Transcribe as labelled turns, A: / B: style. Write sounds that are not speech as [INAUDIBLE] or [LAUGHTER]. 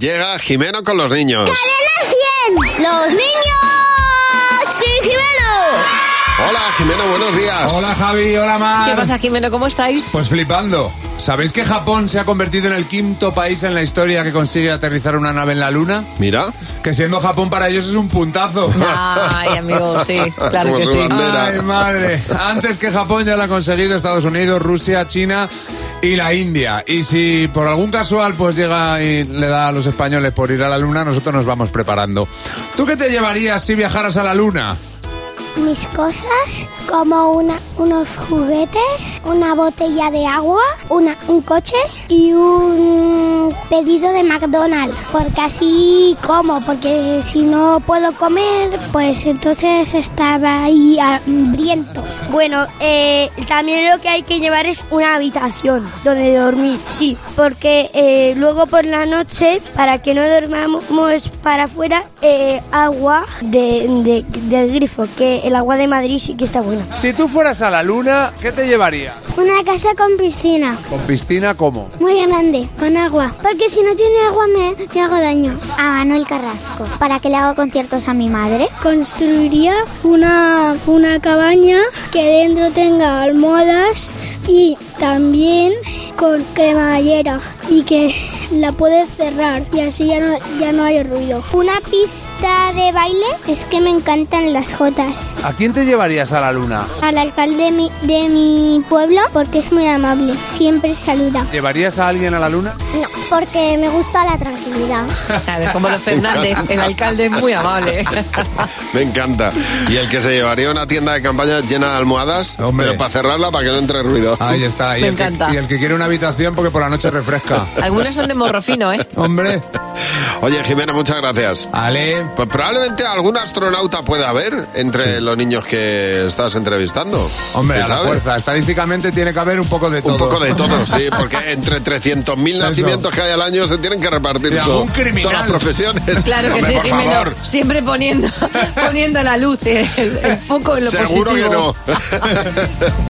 A: Llega Jimeno con los niños.
B: ¡Cadena 100! ¡Los niños! ¡Sí, Jimeno!
A: Hola Jimeno, buenos días.
C: Hola Javi, hola Mar.
D: ¿Qué
A: Ah.
D: pasa, Jimeno? ¿Cómo estáis?
C: Pues flipando. ¿Sabéis que Japón se ha convertido en el quinto país en la historia que consigue aterrizar una nave en la Luna?
A: Mira.
C: Que siendo Japón para ellos es un puntazo.
D: Ay, amigo, sí, claro
A: [LAUGHS] Como
D: que
A: su
D: sí.
A: bandera.
C: Ay, madre. Antes que Japón ya lo ha conseguido Estados Unidos, Rusia, China y la India. Y si por algún casual pues llega y le da a los españoles por ir a la Luna, nosotros nos vamos preparando. ¿Tú qué te llevarías si viajaras a la Luna?
B: Mis cosas, como una, unos juguetes, una botella de agua, una, un coche y un pedido de McDonald's. Porque así como, porque si no puedo comer, pues entonces estaba ahí hambriento.
E: Bueno, eh, también lo que hay que llevar es una habitación donde dormir, sí, porque eh, luego por la noche, para que no dormamos para afuera, eh, agua de- de- del grifo, que el agua de Madrid sí que está buena.
C: Si tú fueras a la Luna, ¿qué te llevarías?
B: Una casa con piscina.
C: ¿Con piscina cómo?
B: Muy grande, con agua. Porque si no tiene agua me, me hago daño. A Manuel Carrasco. ¿Para que le hago conciertos a mi madre? Construiría una, una cabaña que dentro tenga almohadas y también con cremallera y que la puedes cerrar y así ya no, ya no hay ruido. Una pista de baile es que me encantan las jotas.
C: ¿A quién te llevarías a la Luna?
B: Al alcalde de mi, de mi pueblo porque es muy amable, siempre saluda.
C: ¿Llevarías a alguien a la luna?
B: No, porque me gusta la tranquilidad.
D: Claro, como los Fernández, el alcalde es muy amable.
A: [LAUGHS] Me encanta. Y el que se llevaría una tienda de campaña llena de almohadas,
C: Hombre.
A: pero para cerrarla para que no entre ruido.
C: Ahí está. Y
D: Me
C: el que-
D: encanta.
C: y el que quiere una habitación porque por la noche
D: [LAUGHS]
C: refresca.
D: Algunos son de morro fino, ¿eh?
C: Hombre.
A: Oye Jimeno, muchas gracias.
C: Ale.
A: Pues probablemente algún astronauta pueda haber entre los niños que estás entrevistando.
C: Hombre, a la
A: ¿Sabes?
C: fuerza. Estadísticamente tiene que haber un poco de todo.
A: Un poco de
C: [LAUGHS]
A: todo, sí, porque entre 300.000 nacimientos que hay al año se tienen que repartir
C: Y
A: to-
C: algún criminal.
A: todas las profesiones.
D: Claro que
A: Hombre,
D: sí,
A: por
D: Jimeno.
A: favor.
D: Siempre [LAUGHS] poniendo, poniendo la luz, el, el foco en lo
A: Seguro
D: positivo.
A: que no.